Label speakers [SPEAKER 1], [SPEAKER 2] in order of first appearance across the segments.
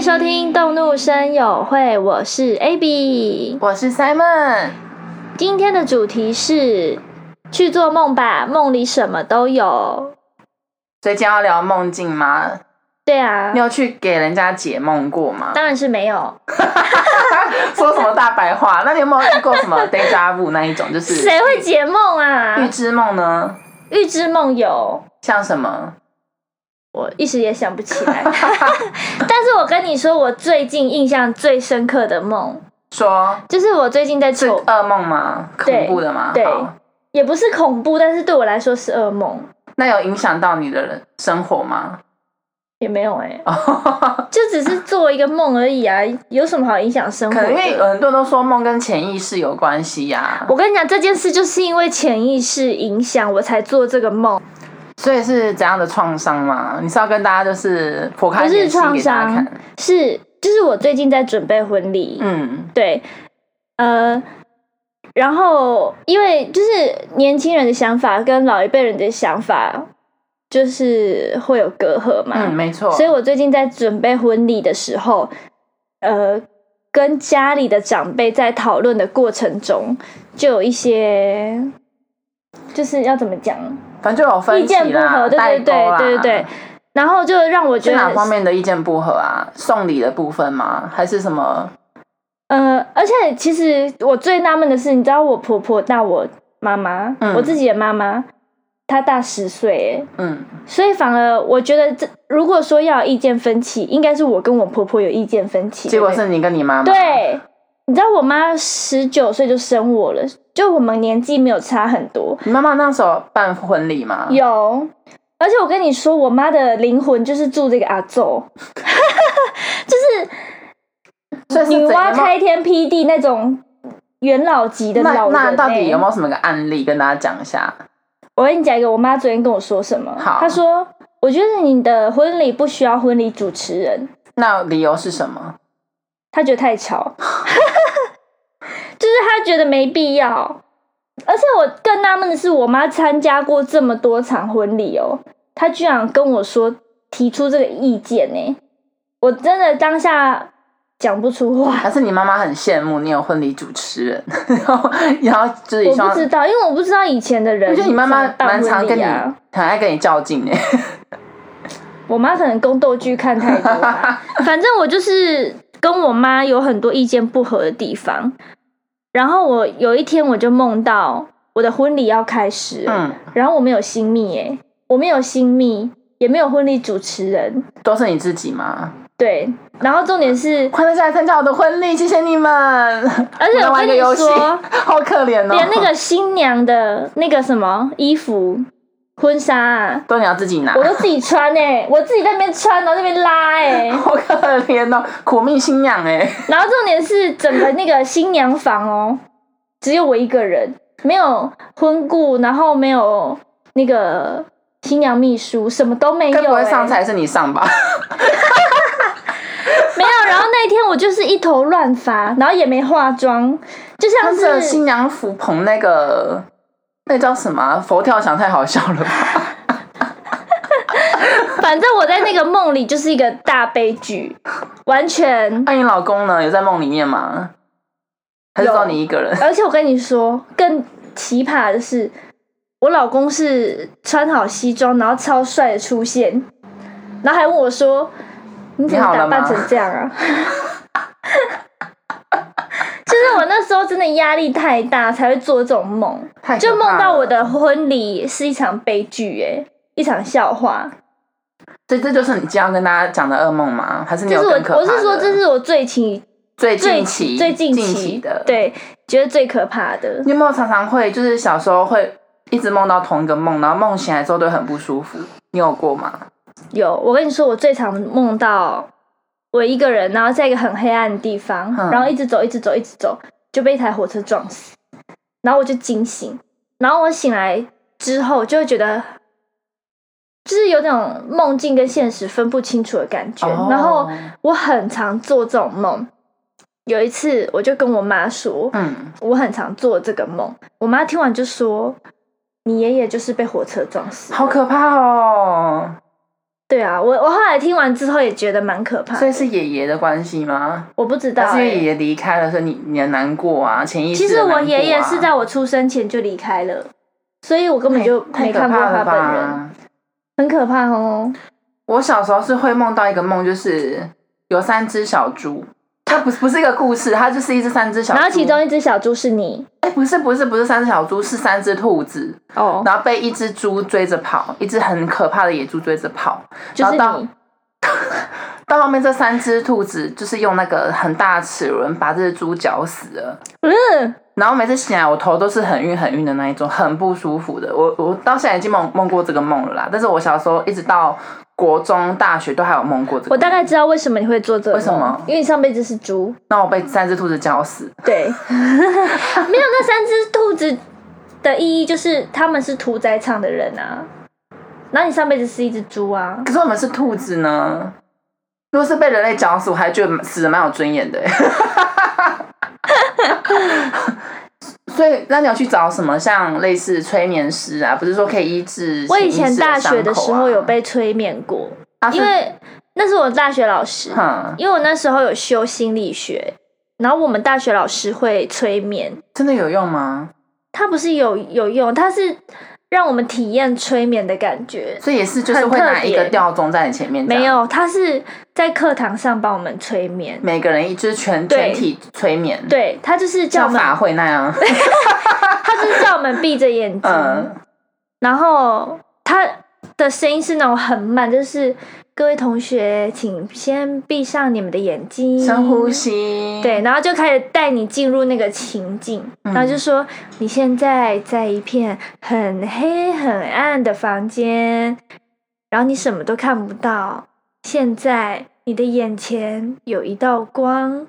[SPEAKER 1] 收听《动怒声友会》，我是 AB，
[SPEAKER 2] 我是 Simon。
[SPEAKER 1] 今天的主题是去做梦吧，梦里什么都有。
[SPEAKER 2] 所以今天要聊梦境吗？
[SPEAKER 1] 对啊
[SPEAKER 2] 你，有去给人家解梦过吗？
[SPEAKER 1] 当然是没有，
[SPEAKER 2] 说什么大白话？那你有没有遇过什么 deja vu 那一种？就是
[SPEAKER 1] 谁会解梦
[SPEAKER 2] 预
[SPEAKER 1] 啊？
[SPEAKER 2] 知梦呢？
[SPEAKER 1] 预知梦有，
[SPEAKER 2] 像什么？
[SPEAKER 1] 我一时也想不起来。 但是我跟你说，我最近印象最深刻的梦，
[SPEAKER 2] 说
[SPEAKER 1] 就是我最近在
[SPEAKER 2] 是
[SPEAKER 1] 做，
[SPEAKER 2] 噩梦吗？恐
[SPEAKER 1] 对
[SPEAKER 2] 怖的吗？
[SPEAKER 1] 对
[SPEAKER 2] 好
[SPEAKER 1] 也不是恐怖，但是对我来说是噩梦，
[SPEAKER 2] 那有影响到你的人生活 吗？
[SPEAKER 1] 也没有哎、
[SPEAKER 2] 啊
[SPEAKER 1] 就只是做一个梦而已啊，有什么好影响生活
[SPEAKER 2] 可
[SPEAKER 1] 的？
[SPEAKER 2] 能因为有很多人都说梦跟潜意识有关系呀、
[SPEAKER 1] 我跟你讲这件事，就是因为潜意识影响我才做这个梦，
[SPEAKER 2] 所以是怎样的创伤吗？你是要跟大家就是剖开
[SPEAKER 1] 不是
[SPEAKER 2] 解析
[SPEAKER 1] 创
[SPEAKER 2] 给大家
[SPEAKER 1] 伤
[SPEAKER 2] 看？，
[SPEAKER 1] 是就是我最近在准备婚礼，
[SPEAKER 2] 嗯，
[SPEAKER 1] 对，呃，然后因为就是年轻人的想法跟老一辈人的想法就是会有隔阂嘛，
[SPEAKER 2] 嗯，没错。
[SPEAKER 1] 所以我最近在准备婚礼的时候，呃，跟家里的长辈在讨论的过程中，就有一些，就是要怎么讲，
[SPEAKER 2] 反正就有分
[SPEAKER 1] 意见
[SPEAKER 2] 歧
[SPEAKER 1] 不
[SPEAKER 2] 啦，
[SPEAKER 1] 合，对对
[SPEAKER 2] 代沟
[SPEAKER 1] 对
[SPEAKER 2] 啦
[SPEAKER 1] 对对，然后就让我觉
[SPEAKER 2] 是哪方
[SPEAKER 1] 得，
[SPEAKER 2] 面的意见不合啊？送礼的部分吗？还是什么？
[SPEAKER 1] 呃，而且其实我最纳闷的是，你知道我婆婆大我妈妈，
[SPEAKER 2] 嗯
[SPEAKER 1] 我自己的妈妈，她大十岁耶，
[SPEAKER 2] 嗯，
[SPEAKER 1] 所以反而我觉得这如果说要有意见分歧，应该是我跟我婆婆有意见分歧，
[SPEAKER 2] 结果
[SPEAKER 1] 对不对
[SPEAKER 2] 是你跟你妈妈。，
[SPEAKER 1] 对，你知道我妈十九岁就生我了，就我们年纪没有差很多。
[SPEAKER 2] 你妈妈那时候办婚礼吗？
[SPEAKER 1] 有，而且我跟你说，我妈的灵魂就是住这个阿宙，
[SPEAKER 2] 所以是
[SPEAKER 1] 女
[SPEAKER 2] 怎
[SPEAKER 1] 娲
[SPEAKER 2] 样？
[SPEAKER 1] 开天辟地那种元老级的
[SPEAKER 2] 那
[SPEAKER 1] 老人、
[SPEAKER 2] 那
[SPEAKER 1] 欸。
[SPEAKER 2] 到底有没有什么个案例跟大家讲一下？
[SPEAKER 1] 我跟你讲一个，我妈昨天跟我说什么？
[SPEAKER 2] 好
[SPEAKER 1] 她说：“我觉得你的婚礼不需要婚礼主持人，
[SPEAKER 2] 那理由是什么？
[SPEAKER 1] 她觉得太吵， 就是她觉得没必要。”而且我更纳闷的是，我妈参加过这么多场婚礼哦，她居然跟我说提出这个意见呢，我真的当下讲不出话。
[SPEAKER 2] 还是你妈妈很羡慕你有婚礼主持人， 然后然后就是
[SPEAKER 1] 我
[SPEAKER 2] 希望
[SPEAKER 1] 不知道，因为我不知道以前的人、
[SPEAKER 2] 我觉得你妈妈蛮常跟你、
[SPEAKER 1] 啊，
[SPEAKER 2] 很爱跟你较劲诶，
[SPEAKER 1] 我妈可能宫斗剧看太多吧。反正我就是跟我妈有很多意见不合的地方。然后我有一天我就梦到我的婚礼要开始了，
[SPEAKER 2] 嗯，
[SPEAKER 1] 然后我没有新密耶、我没有新密，也没有婚礼主持人，
[SPEAKER 2] 都是你自己嘛。
[SPEAKER 1] 对，然后重点是，
[SPEAKER 2] 快乐再来参加我的婚礼，谢谢你们。
[SPEAKER 1] 而且
[SPEAKER 2] 我们
[SPEAKER 1] 我跟
[SPEAKER 2] 玩一个
[SPEAKER 1] 你
[SPEAKER 2] 游戏，
[SPEAKER 1] 说，
[SPEAKER 2] 好可怜哦。
[SPEAKER 1] 连那个新娘的那个什么衣服、婚纱啊，
[SPEAKER 2] 都你要自己拿，
[SPEAKER 1] 我都自己穿哎、我自己在那边穿，然后那边拉哎、
[SPEAKER 2] 好可怜哦，苦命新娘哎、
[SPEAKER 1] 然后重点是整个那个新娘房哦，只有我一个人，没有婚顾，然后没有那个新娘秘书，什么都没有、哎
[SPEAKER 2] 该
[SPEAKER 1] 欸，
[SPEAKER 2] 不会上菜是你上吧？
[SPEAKER 1] 没有，然后那一天我就是一头乱发，然后也没化妆，就像
[SPEAKER 2] 但是
[SPEAKER 1] 是
[SPEAKER 2] 新娘服捧那个那叫什么啊、佛跳墙太好笑了 吧？
[SPEAKER 1] 反正我在那个梦里就是一个大悲剧，完全。
[SPEAKER 2] 那、你老公呢？有在梦里面吗？还是
[SPEAKER 1] 有
[SPEAKER 2] 到你一个人？
[SPEAKER 1] 而且我跟你说，更奇葩的是，我老公是穿好西装，然后超帅的出现，然后还问我说：“你怎
[SPEAKER 2] 你
[SPEAKER 1] 么
[SPEAKER 2] 好
[SPEAKER 1] 打
[SPEAKER 2] 了
[SPEAKER 1] 扮
[SPEAKER 2] 吗
[SPEAKER 1] 成这样啊？” 就是我那时候真的压力太大，才会做这种梦。
[SPEAKER 2] 太可
[SPEAKER 1] 就
[SPEAKER 2] 怕
[SPEAKER 1] 梦到
[SPEAKER 2] 了
[SPEAKER 1] 我，的婚礼是一场悲剧，哎，一场笑话。
[SPEAKER 2] 这这就是你今天要跟大家讲的噩梦吗？还是你
[SPEAKER 1] 就
[SPEAKER 2] 有
[SPEAKER 1] 是
[SPEAKER 2] 更可
[SPEAKER 1] 我，
[SPEAKER 2] 怕
[SPEAKER 1] 我是说，
[SPEAKER 2] 的
[SPEAKER 1] 这是我最近
[SPEAKER 2] 最
[SPEAKER 1] 最
[SPEAKER 2] 近期
[SPEAKER 1] 最近
[SPEAKER 2] 期
[SPEAKER 1] 期
[SPEAKER 2] 的。，
[SPEAKER 1] 对，觉得最可怕的。
[SPEAKER 2] 你有没有常常会就是小时候会一直梦到同一个梦，然后梦醒来之后都会很不舒服？你有过吗？
[SPEAKER 1] 有，我跟你说，我最常梦到我一个人，然后在一个很黑暗的地方，
[SPEAKER 2] 嗯
[SPEAKER 1] 然后一直走，一直走，一直走，就被一台火车撞死，然后我就惊醒，然后我醒来之后就会觉得。就是有那种梦境跟现实分不清楚的感觉然后
[SPEAKER 2] 哦
[SPEAKER 1] 我很常做这种梦。有一次，我就跟我妈说，
[SPEAKER 2] 嗯，
[SPEAKER 1] 我很常做这个梦。我妈听完就说：“你爷爷就是被火车撞死。
[SPEAKER 2] 好可怕哦！”
[SPEAKER 1] 对啊，我我后来听完之后也觉得蛮可怕
[SPEAKER 2] 所。以是爷爷的关系吗？
[SPEAKER 1] 我不知道、
[SPEAKER 2] 但是因为
[SPEAKER 1] 欸
[SPEAKER 2] 爷，爷离开了，所以你你的难过啊，嗯潜意
[SPEAKER 1] 其
[SPEAKER 2] 识、
[SPEAKER 1] 实我爷
[SPEAKER 2] 啊
[SPEAKER 1] 爷是在我出生前就离开了，所以我根本就
[SPEAKER 2] 太
[SPEAKER 1] 没
[SPEAKER 2] 可
[SPEAKER 1] 看过
[SPEAKER 2] 怕
[SPEAKER 1] 他
[SPEAKER 2] 了
[SPEAKER 1] 本人，
[SPEAKER 2] 吧？
[SPEAKER 1] 很可怕哦。
[SPEAKER 2] 我小时候是会梦到一个梦，就是有三只小猪，它不是不是一个故事，它就是一只三只小猪。
[SPEAKER 1] 然后其中一只小猪是你
[SPEAKER 2] 哎、不是不是不是三只小猪，是三只兔子，
[SPEAKER 1] 哦，
[SPEAKER 2] 然后被一只猪追着跑，一只很可怕的野猪追着跑，
[SPEAKER 1] 就是
[SPEAKER 2] 然后
[SPEAKER 1] 你，
[SPEAKER 2] 到后面这三只兔子就是用那个很大的齿轮把这只猪绞死了。
[SPEAKER 1] 嗯，
[SPEAKER 2] 然后每次醒来，我头都是很晕很晕的那一种，很不舒服的。我我到现在已经梦梦过这个梦了啦，但是我小时候一直到国中、大学都还有梦过这
[SPEAKER 1] 我
[SPEAKER 2] 个。
[SPEAKER 1] 大概知道为什么你会做这个梦，
[SPEAKER 2] 为什么
[SPEAKER 1] 因为你上辈子是猪，
[SPEAKER 2] 那我被三只兔子绞死，
[SPEAKER 1] 对， 没有那三只兔子的意义就是他们是屠宰场的人啊，然后你上辈子是一只猪啊，
[SPEAKER 2] 可是我们是兔子呢。如果是被人类绞死，我还觉得死的蛮有尊严的欸。 所以，那你要去找什么像类似催眠师啊？不是说可以医治、
[SPEAKER 1] 我以前大学的时候有
[SPEAKER 2] 被。
[SPEAKER 1] 被催眠过，
[SPEAKER 2] 他啊是
[SPEAKER 1] 因为那是我大学老师，
[SPEAKER 2] 哼，
[SPEAKER 1] 因为我那时候有修心理学，然后我们大学老师会催眠，
[SPEAKER 2] 真的有用吗？
[SPEAKER 1] 它不是有有用，它是让我们体验催眠的感觉。
[SPEAKER 2] 所以也是就是
[SPEAKER 1] 很
[SPEAKER 2] 会
[SPEAKER 1] 特
[SPEAKER 2] 拿一
[SPEAKER 1] 别
[SPEAKER 2] 个吊钟在你前面，
[SPEAKER 1] 没，有，它是在课堂上帮我们催眠，
[SPEAKER 2] 每个人一就是全
[SPEAKER 1] 对
[SPEAKER 2] 全体催眠，，
[SPEAKER 1] 对，它就是叫我
[SPEAKER 2] 像
[SPEAKER 1] 们，
[SPEAKER 2] 法会那样，
[SPEAKER 1] 它就是叫我们闭着眼睛，
[SPEAKER 2] 嗯，
[SPEAKER 1] 然后他的声音是那种很慢，就是各位同学，请先闭上你们的眼睛，
[SPEAKER 2] 深呼。吸，，
[SPEAKER 1] 对，然后就开始带你进入那个情境，
[SPEAKER 2] 嗯
[SPEAKER 1] 然后就说你现在在一片很黑很暗的房间，然后你什么都看不到，现在你的眼前有一道光，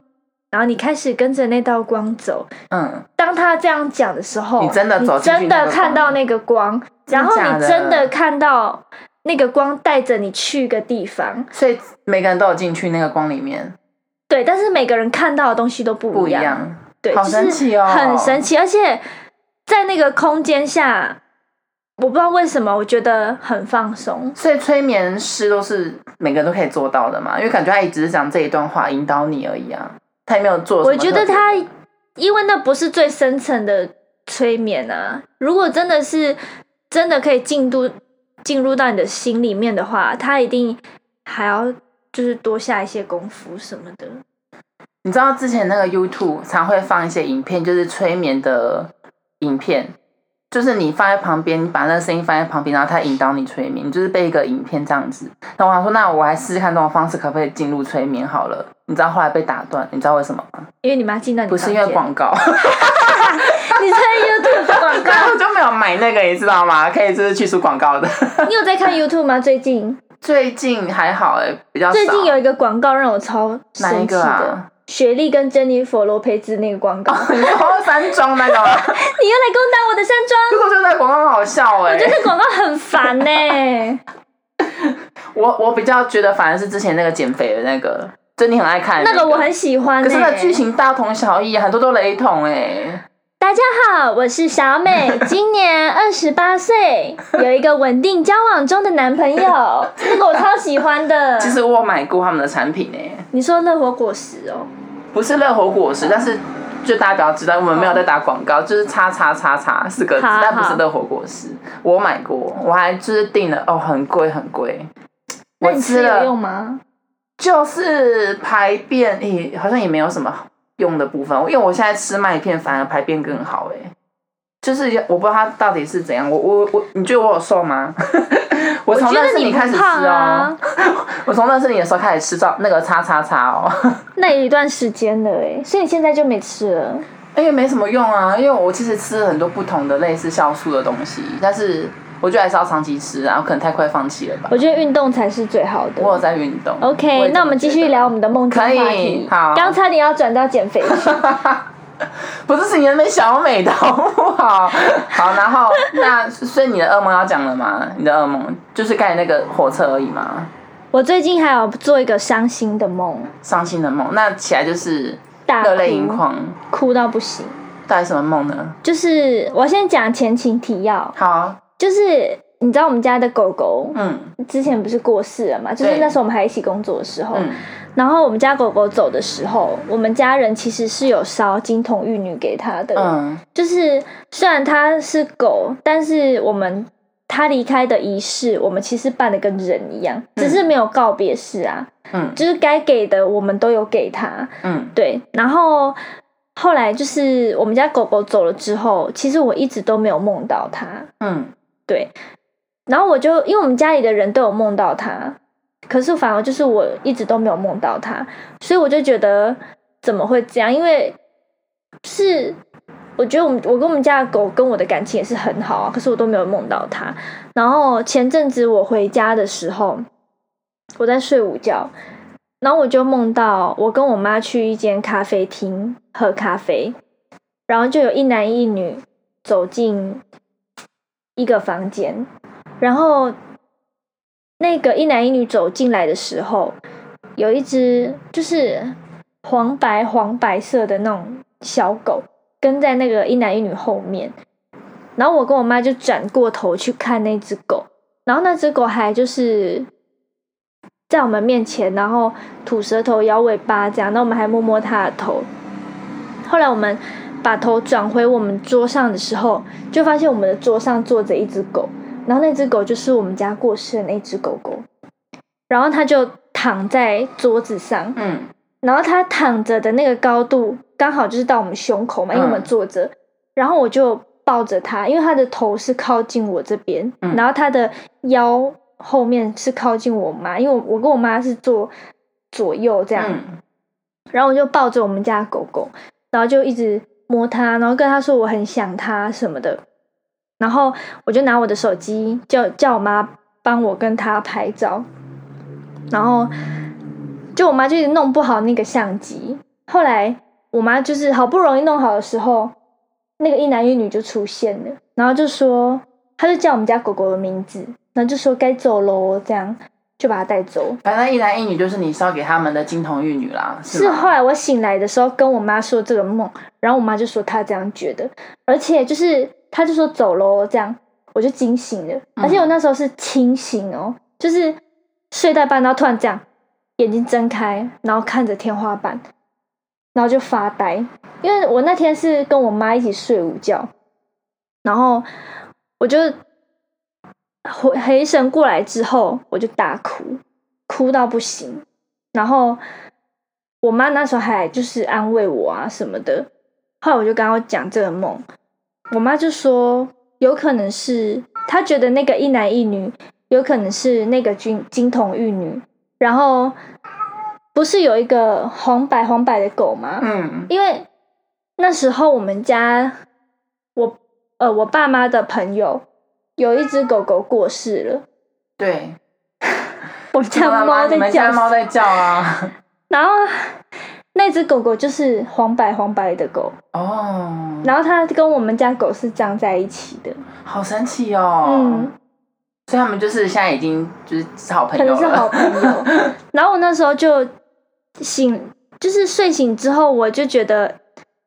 [SPEAKER 1] 然后你开始跟着那道光走，
[SPEAKER 2] 嗯，
[SPEAKER 1] 当他这样讲的时候，
[SPEAKER 2] 你真的走
[SPEAKER 1] 你
[SPEAKER 2] 进去
[SPEAKER 1] 真的
[SPEAKER 2] 那个
[SPEAKER 1] 看到
[SPEAKER 2] 光
[SPEAKER 1] 那个光，然后
[SPEAKER 2] 假
[SPEAKER 1] 你
[SPEAKER 2] 的
[SPEAKER 1] 真的看到那个光带着你去一个地方。
[SPEAKER 2] 所以每个人都有进去那个光里面，
[SPEAKER 1] 对，但是每个人看到的东西都不
[SPEAKER 2] 不
[SPEAKER 1] 一
[SPEAKER 2] 一
[SPEAKER 1] 样，
[SPEAKER 2] 样，
[SPEAKER 1] 对，
[SPEAKER 2] 好
[SPEAKER 1] 就是
[SPEAKER 2] 神奇哦
[SPEAKER 1] 很神奇，而且在那个空间下，我不知道为什么，我觉得很放松。
[SPEAKER 2] 所以催眠师都是每个人都可以做到的嘛，因为感觉他也只是讲这一段话引导你而已啊，他也没有做什么
[SPEAKER 1] 我
[SPEAKER 2] 特
[SPEAKER 1] 觉
[SPEAKER 2] 别的，
[SPEAKER 1] 得他，因为那不是最深层的催眠啊。如果真的是真的可以进入进入到你的心里面的话，他一定还要就是多下一些功夫什么的。
[SPEAKER 2] 你知道之前那个 YouTube 常会放一些影片，就是催眠的影片，就是你放在旁边，你把那个声音放在旁边，然后它引导你催眠，你就是被一个影片这样子。那我想说，那我来试试看这种方式可不可以进入催眠好了。你知道后来被打断，你知道为什么吗？
[SPEAKER 1] 因为你妈进到你
[SPEAKER 2] 不是因为
[SPEAKER 1] 房
[SPEAKER 2] 广告，
[SPEAKER 1] 间，你在 YouTube 的广
[SPEAKER 2] 刚我
[SPEAKER 1] 告，
[SPEAKER 2] 就没有买那个，你知道吗？可以就是去除广告的。
[SPEAKER 1] 你有在看 YouTube 吗？最近
[SPEAKER 2] 最近还好哎、比较少。
[SPEAKER 1] 最近有一个广告让我超
[SPEAKER 2] 哪
[SPEAKER 1] 生
[SPEAKER 2] 一
[SPEAKER 1] 气
[SPEAKER 2] 个
[SPEAKER 1] 的，
[SPEAKER 2] 啊？
[SPEAKER 1] 雪莉跟珍妮佛罗培兹那个 广告，
[SPEAKER 2] 你说山庄那个吗？
[SPEAKER 1] 你又来攻打我的山庄，
[SPEAKER 2] 可是我觉得那个广告很好笑哎、
[SPEAKER 1] 我觉得广告很烦呢、
[SPEAKER 2] 我我比较觉得反而是之前那个减肥的那个，就你很爱看、
[SPEAKER 1] 那
[SPEAKER 2] 个
[SPEAKER 1] 个我很喜欢、欸。
[SPEAKER 2] 可是那剧情大同小异，很多都雷同哎、
[SPEAKER 1] 大家好，我是小 美，今年二十八岁，有一个稳定交往中的男朋友，这个我超喜欢的。
[SPEAKER 2] 其实我有买过他们的产品哎、
[SPEAKER 1] 你说乐活果实哦，
[SPEAKER 2] 不是热火果实，但是就大家不要知道，我们没有在打广告，就是叉叉叉叉四个字，
[SPEAKER 1] 好好
[SPEAKER 2] 但不是热火果实。我买过，我还就是订了哦，很贵很贵。
[SPEAKER 1] 那
[SPEAKER 2] 我
[SPEAKER 1] 你有
[SPEAKER 2] 吃了
[SPEAKER 1] 用吗？
[SPEAKER 2] 就是排便，诶、好像也没有什么用的部分。因为我现在吃麦片，反而排便更好、诶，就是我不知道它到底是怎样。我我我，你觉得我有瘦吗？ 我从
[SPEAKER 1] 觉
[SPEAKER 2] 认
[SPEAKER 1] 得
[SPEAKER 2] 识
[SPEAKER 1] 你
[SPEAKER 2] 你
[SPEAKER 1] 不
[SPEAKER 2] 开始吃
[SPEAKER 1] 胖
[SPEAKER 2] 哦
[SPEAKER 1] 啊，
[SPEAKER 2] 我从认识你的时候开始吃到那个叉叉叉哦，
[SPEAKER 1] 那有一段时间了哎，所以你现在就没吃了。
[SPEAKER 2] 因为哎没什么用啊。因为我其实吃了很多不同的类似酵素的东西，但是我觉得还是要长期吃啊，然后可能太快放弃了吧。
[SPEAKER 1] 我觉得运动才是最好的。
[SPEAKER 2] 我有在运动。也
[SPEAKER 1] OK，
[SPEAKER 2] 这
[SPEAKER 1] 那我
[SPEAKER 2] 么
[SPEAKER 1] 们继
[SPEAKER 2] 觉
[SPEAKER 1] 续
[SPEAKER 2] 得
[SPEAKER 1] 聊我们的梦境
[SPEAKER 2] 可以
[SPEAKER 1] 话题。
[SPEAKER 2] 好
[SPEAKER 1] 刚差点要转到减 肥去。
[SPEAKER 2] 不是是你那边小美的好不好？ 好，然后那所以你的噩梦要讲了吗？你的噩梦就是盖那个火车而已吗？
[SPEAKER 1] 我最近还有做一个伤心的梦，
[SPEAKER 2] 伤心的梦，那起来就是
[SPEAKER 1] 大
[SPEAKER 2] 热泪盈
[SPEAKER 1] 哭
[SPEAKER 2] 眶。
[SPEAKER 1] 哭到不行。
[SPEAKER 2] 到底什么梦呢？
[SPEAKER 1] 就是我先讲前情提要，
[SPEAKER 2] 好，
[SPEAKER 1] 就是你知道我们家的狗狗
[SPEAKER 2] 嗯
[SPEAKER 1] 之前不是过世了嘛？就是
[SPEAKER 2] 对
[SPEAKER 1] 那时候我们还一起工作的时候，
[SPEAKER 2] 嗯，
[SPEAKER 1] 然后我们家狗狗走的时候，我们家人其实是有烧金童玉女给它的，
[SPEAKER 2] 嗯
[SPEAKER 1] 就是虽然它是狗，但是我们它离开的仪式，我们其实办的跟人一样，只是没有告别式啊，
[SPEAKER 2] 嗯
[SPEAKER 1] 就是该给的我们都有给它，
[SPEAKER 2] 嗯
[SPEAKER 1] 对，然后。后来就是我们家狗狗走了之后，其实我一直都没有梦到它，
[SPEAKER 2] 嗯，
[SPEAKER 1] 对，然后我就因为我们家里的人都有梦到他，可是反而就是我一直都没有梦到他，所以我就觉得怎么会这样？因为是我觉得我们我跟我们家的狗跟我的感情也是很好啊，可是我都没有梦到它。然后前阵子我回家的时候，我在睡午觉，然后我就梦到我跟我妈去一间咖啡厅喝咖啡，然后就有一男一女走进一个房间，然后那个一男一女走进来的时候，有一只就是黄白黄白色的那种小狗跟在那个一男一女后面，然后我跟我妈就转过头去看那只狗，然后那只狗还就是。在我们面前，然后吐舌头、摇尾巴这样，那我们还摸摸它的头。后来我们把头转回我们桌上的时候，就发现我们的桌上坐着一只狗，然后那只狗就是我们家过世的那只狗狗，然后它就躺在桌子上，
[SPEAKER 2] 嗯
[SPEAKER 1] 然后它躺着的那个高度刚好就是到我们胸口嘛，因为我们
[SPEAKER 2] 嗯
[SPEAKER 1] 坐着，然后我就抱着它，因为它的头是靠近我这边，
[SPEAKER 2] 嗯
[SPEAKER 1] 然后它的腰后面是靠近我妈，因为我我跟我妈是坐左右这样，
[SPEAKER 2] 嗯
[SPEAKER 1] 然后我就抱着我们家的狗狗，然后就一直摸它，然后跟它说我很想它什么的。然后我就拿我的手机叫叫我妈帮我跟它拍照，然后就我妈就一直弄不好那个相机。后来我妈就是好不容易弄好的时候，那个一男一女就出现了，然后就说，他就叫我们家狗狗的名字，然后就说该走喽，这样就把它带走。
[SPEAKER 2] 反正一男一女就是你烧给他们的金童玉女啦，
[SPEAKER 1] 是
[SPEAKER 2] 吗
[SPEAKER 1] 后来我醒来的时候跟我妈说这个梦，然后我妈就说她这样觉得，而且就是她就说走喽这样，我就惊醒了，而且我那时候是清醒哦，就是睡到一半，然后突然这样眼睛睁开，然后看着天花板，然后就发呆，因为我那天是跟我妈一起睡午觉，然后我就回回神过来之后，我就大哭，哭到不行。然后我妈那时候还就是安慰我啊什么的。后来我就跟她讲这个梦，我妈就说有可能是她觉得那个一男一女有可能是那个金金童玉女，然后不是有一个黄白黄白的狗吗？
[SPEAKER 2] 嗯
[SPEAKER 1] 因为那时候我们家，我呃我爸妈的朋友有一只狗狗过世了，
[SPEAKER 2] 对，
[SPEAKER 1] 我们家
[SPEAKER 2] 妈
[SPEAKER 1] 猫
[SPEAKER 2] 妈你
[SPEAKER 1] 在
[SPEAKER 2] 们家
[SPEAKER 1] 叫，
[SPEAKER 2] 猫在叫啊，
[SPEAKER 1] 然后那只狗狗就是黄白黄白的狗，
[SPEAKER 2] 哦，
[SPEAKER 1] 然后它跟我们家狗是葬在一起的，
[SPEAKER 2] 好神奇哦，
[SPEAKER 1] 嗯，
[SPEAKER 2] 所以他们就是现在已经就是是好朋
[SPEAKER 1] 可
[SPEAKER 2] 友
[SPEAKER 1] 能是好
[SPEAKER 2] 了，
[SPEAKER 1] 朋 友。然后我那时候就醒，就是睡醒之后，我就觉得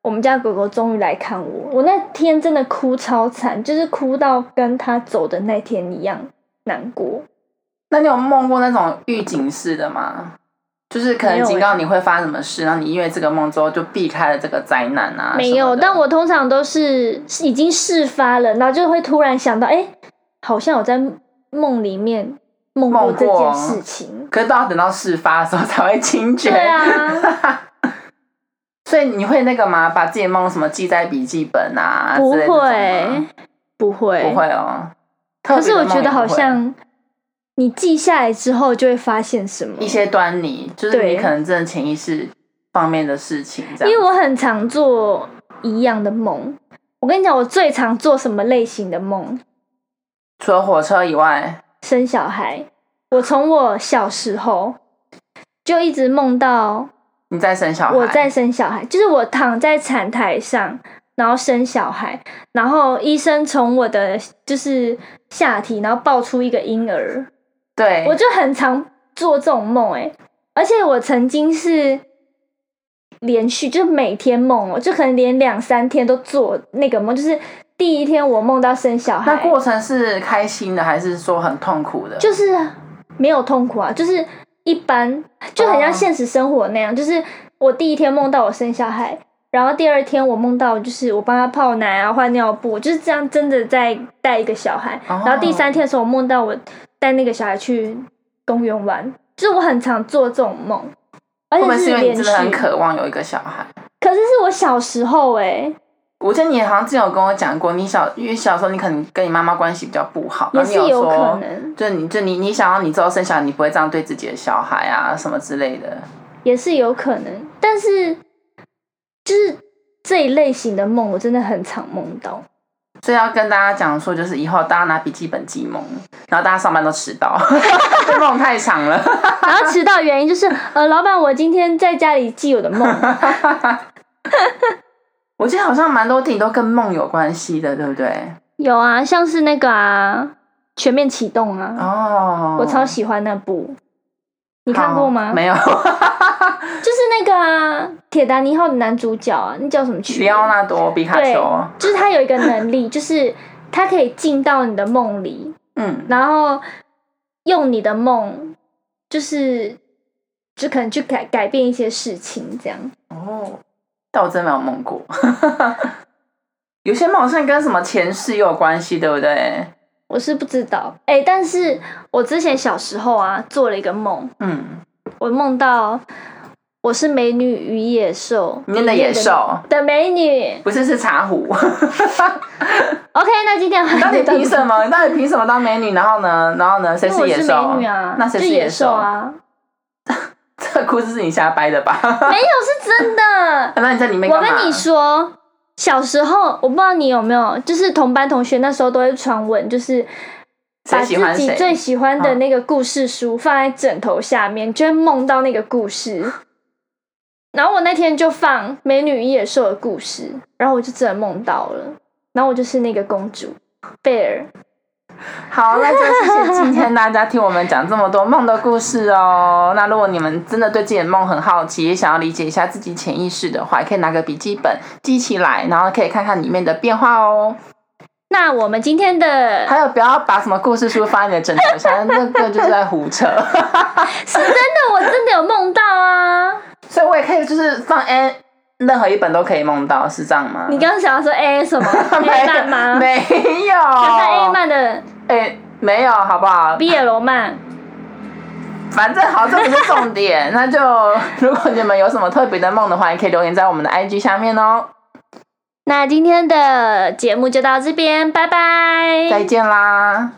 [SPEAKER 1] 我们家狗狗终于来看我。我那天真的哭超惨，就是哭到跟它走的那天一样难过。
[SPEAKER 2] 那你有梦过那种预警式的吗？就是可
[SPEAKER 1] 没
[SPEAKER 2] 能
[SPEAKER 1] 有欸
[SPEAKER 2] 警告你会发生什么事，然后你因为这个梦之后就避开了这个灾难啊什么的。
[SPEAKER 1] 没有，但我通常都是是已经事发了，然后就会突然想到，哎、好像我在梦里面梦过
[SPEAKER 2] 梦
[SPEAKER 1] 这
[SPEAKER 2] 过
[SPEAKER 1] 件事情。
[SPEAKER 2] 可是都要等到事发的时候 才会惊觉。
[SPEAKER 1] 对啊，
[SPEAKER 2] 所以你会那个吗？把自己的梦什么记在笔记本啊？
[SPEAKER 1] 不
[SPEAKER 2] 之类的这种
[SPEAKER 1] 会
[SPEAKER 2] 吗，
[SPEAKER 1] 不会，
[SPEAKER 2] 不。会哦。
[SPEAKER 1] 可是
[SPEAKER 2] 特别的
[SPEAKER 1] 我
[SPEAKER 2] 梦
[SPEAKER 1] 觉得好
[SPEAKER 2] 也不会
[SPEAKER 1] 像你记下来之后，就会发现什么
[SPEAKER 2] 一。些端倪，就是
[SPEAKER 1] 对
[SPEAKER 2] 你可能真的潜意识方面的事情这
[SPEAKER 1] 因为
[SPEAKER 2] 样。
[SPEAKER 1] 我很常做一样的梦。我跟你讲，我最常做什么类型的梦？
[SPEAKER 2] 除了火车以外，
[SPEAKER 1] 生小孩。我从我小时候就一直梦到
[SPEAKER 2] 你在生小孩，
[SPEAKER 1] 我在生小孩，就是我躺在产台上，然后生小孩，然后医生从我的就是下体，然后抱出一个婴儿，
[SPEAKER 2] 对，
[SPEAKER 1] 欸我就很常做这种梦哎、而且我曾经是连续，就是每天梦哦，就可能连两三天都做那个梦，就是第一天我梦到生小
[SPEAKER 2] 那
[SPEAKER 1] 孩，
[SPEAKER 2] 过程是开心的，还是说很痛苦的？
[SPEAKER 1] 就是没有痛苦啊，就是一般，就很
[SPEAKER 2] 哦
[SPEAKER 1] 像现实生活那样。就是我第一天梦到我生小孩，然后第二天我梦到就是我帮他泡奶啊、换尿布，就是这样真的在带一个小孩。
[SPEAKER 2] 哦
[SPEAKER 1] 然后第三天的时候，我梦到我带那个小孩去公园玩，就是我很常做这种梦，而
[SPEAKER 2] 会不
[SPEAKER 1] 且
[SPEAKER 2] 会是因为你
[SPEAKER 1] 连续
[SPEAKER 2] 真的。很渴望有一个小孩？
[SPEAKER 1] 可是是我小时候哎、
[SPEAKER 2] 我记得你好像之前有跟我讲过，你小因为小时候你可能跟你妈妈关系比较不好，
[SPEAKER 1] 也
[SPEAKER 2] 然后
[SPEAKER 1] 是
[SPEAKER 2] 哦你有
[SPEAKER 1] 有可
[SPEAKER 2] 说，
[SPEAKER 1] 能，
[SPEAKER 2] 就你就你你想要你之后生小孩，你不会这样对自己的小孩啊什么之类的。
[SPEAKER 1] 也是有可能，但是就是这一类型的梦，我真的很常梦到。
[SPEAKER 2] 所以要跟大家讲说，就是以后大家拿笔记本记梦，然后大家上班都迟到， 这梦太长了。
[SPEAKER 1] 然后迟到原因就是，呃，老板，我今天在家里记我的 梦，
[SPEAKER 2] 我记得好像蛮多电影都跟梦有关系的，对不对？
[SPEAKER 1] 有啊，像是那个啊，全面启动啊，
[SPEAKER 2] 哦，
[SPEAKER 1] 我超喜欢那部，你
[SPEAKER 2] 你
[SPEAKER 1] 看过吗？
[SPEAKER 2] 没有，
[SPEAKER 1] 就是那个啊，铁达尼号的男主角啊，那叫什么去？
[SPEAKER 2] 里奥纳多皮卡
[SPEAKER 1] 对
[SPEAKER 2] 丘，，
[SPEAKER 1] 就是他有一个能力， 就是他可以进到你的梦里，
[SPEAKER 2] 嗯，
[SPEAKER 1] 然后用你的梦，就是就可能去改改变一些事情，这样。
[SPEAKER 2] 哦，但我真没有梦过。 有些梦好像跟什么前世也有关系，对不对？
[SPEAKER 1] 我是不知道，哎、但是我之前小时候啊，做了一个梦，
[SPEAKER 2] 嗯，
[SPEAKER 1] 我梦到我是美女与野兽，
[SPEAKER 2] 里面的野兽
[SPEAKER 1] 的美女。
[SPEAKER 2] 不是是茶 壶，
[SPEAKER 1] OK，那今天我们
[SPEAKER 2] 到底
[SPEAKER 1] 就
[SPEAKER 2] 凭 什么？你到底凭什么当美女？然后呢？然后呢？谁
[SPEAKER 1] 因为我
[SPEAKER 2] 野
[SPEAKER 1] 是
[SPEAKER 2] 兽？
[SPEAKER 1] 美女啊，
[SPEAKER 2] 那谁
[SPEAKER 1] 就是野
[SPEAKER 2] 兽
[SPEAKER 1] 兽？啊？
[SPEAKER 2] 这故事是你瞎掰的吧？。
[SPEAKER 1] 没有，是真的
[SPEAKER 2] 那你在里面
[SPEAKER 1] 我
[SPEAKER 2] 干嘛？
[SPEAKER 1] 跟你说，小时候我不知道你有没有，就是同班同学那时候都会传闻，就是把
[SPEAKER 2] 谁喜欢
[SPEAKER 1] 自己
[SPEAKER 2] 谁？嗯
[SPEAKER 1] 最喜欢的那个故事书放在枕头下面，就会梦到那个故事。然后我那天就放《美女与野兽》的故事，然后我就真的梦到了，然后我就是那个公主贝尔。
[SPEAKER 2] 好，那就是今天大家听我们讲这么多梦的故事哦。那如果你们真的对自己的梦很好奇，也想要理解一下自己潜意识的话，也可以拿个笔记本记起来，然后可以看看里面的变化哦。
[SPEAKER 1] 那我们今天的
[SPEAKER 2] 还有，不要把什么故事书放在你的枕头下，那个就是在胡扯。
[SPEAKER 1] 是真的，我真的有梦到啊！
[SPEAKER 2] 所以我也可以就是放 N 任何一本都可以梦到，是这样吗？
[SPEAKER 1] 你刚刚想要说 A 什么
[SPEAKER 2] 没
[SPEAKER 1] A
[SPEAKER 2] 有
[SPEAKER 1] 漫吗？
[SPEAKER 2] 没有，
[SPEAKER 1] 想看 A 漫的
[SPEAKER 2] 哎、没有，好不好？
[SPEAKER 1] BL 漫，
[SPEAKER 2] 反正好，这不是重点。那就 如果你们有什么特别的梦的话，也可以留言在我们的 IG 下面哦。
[SPEAKER 1] 那今天的节目就到这边，拜拜，
[SPEAKER 2] 再见啦！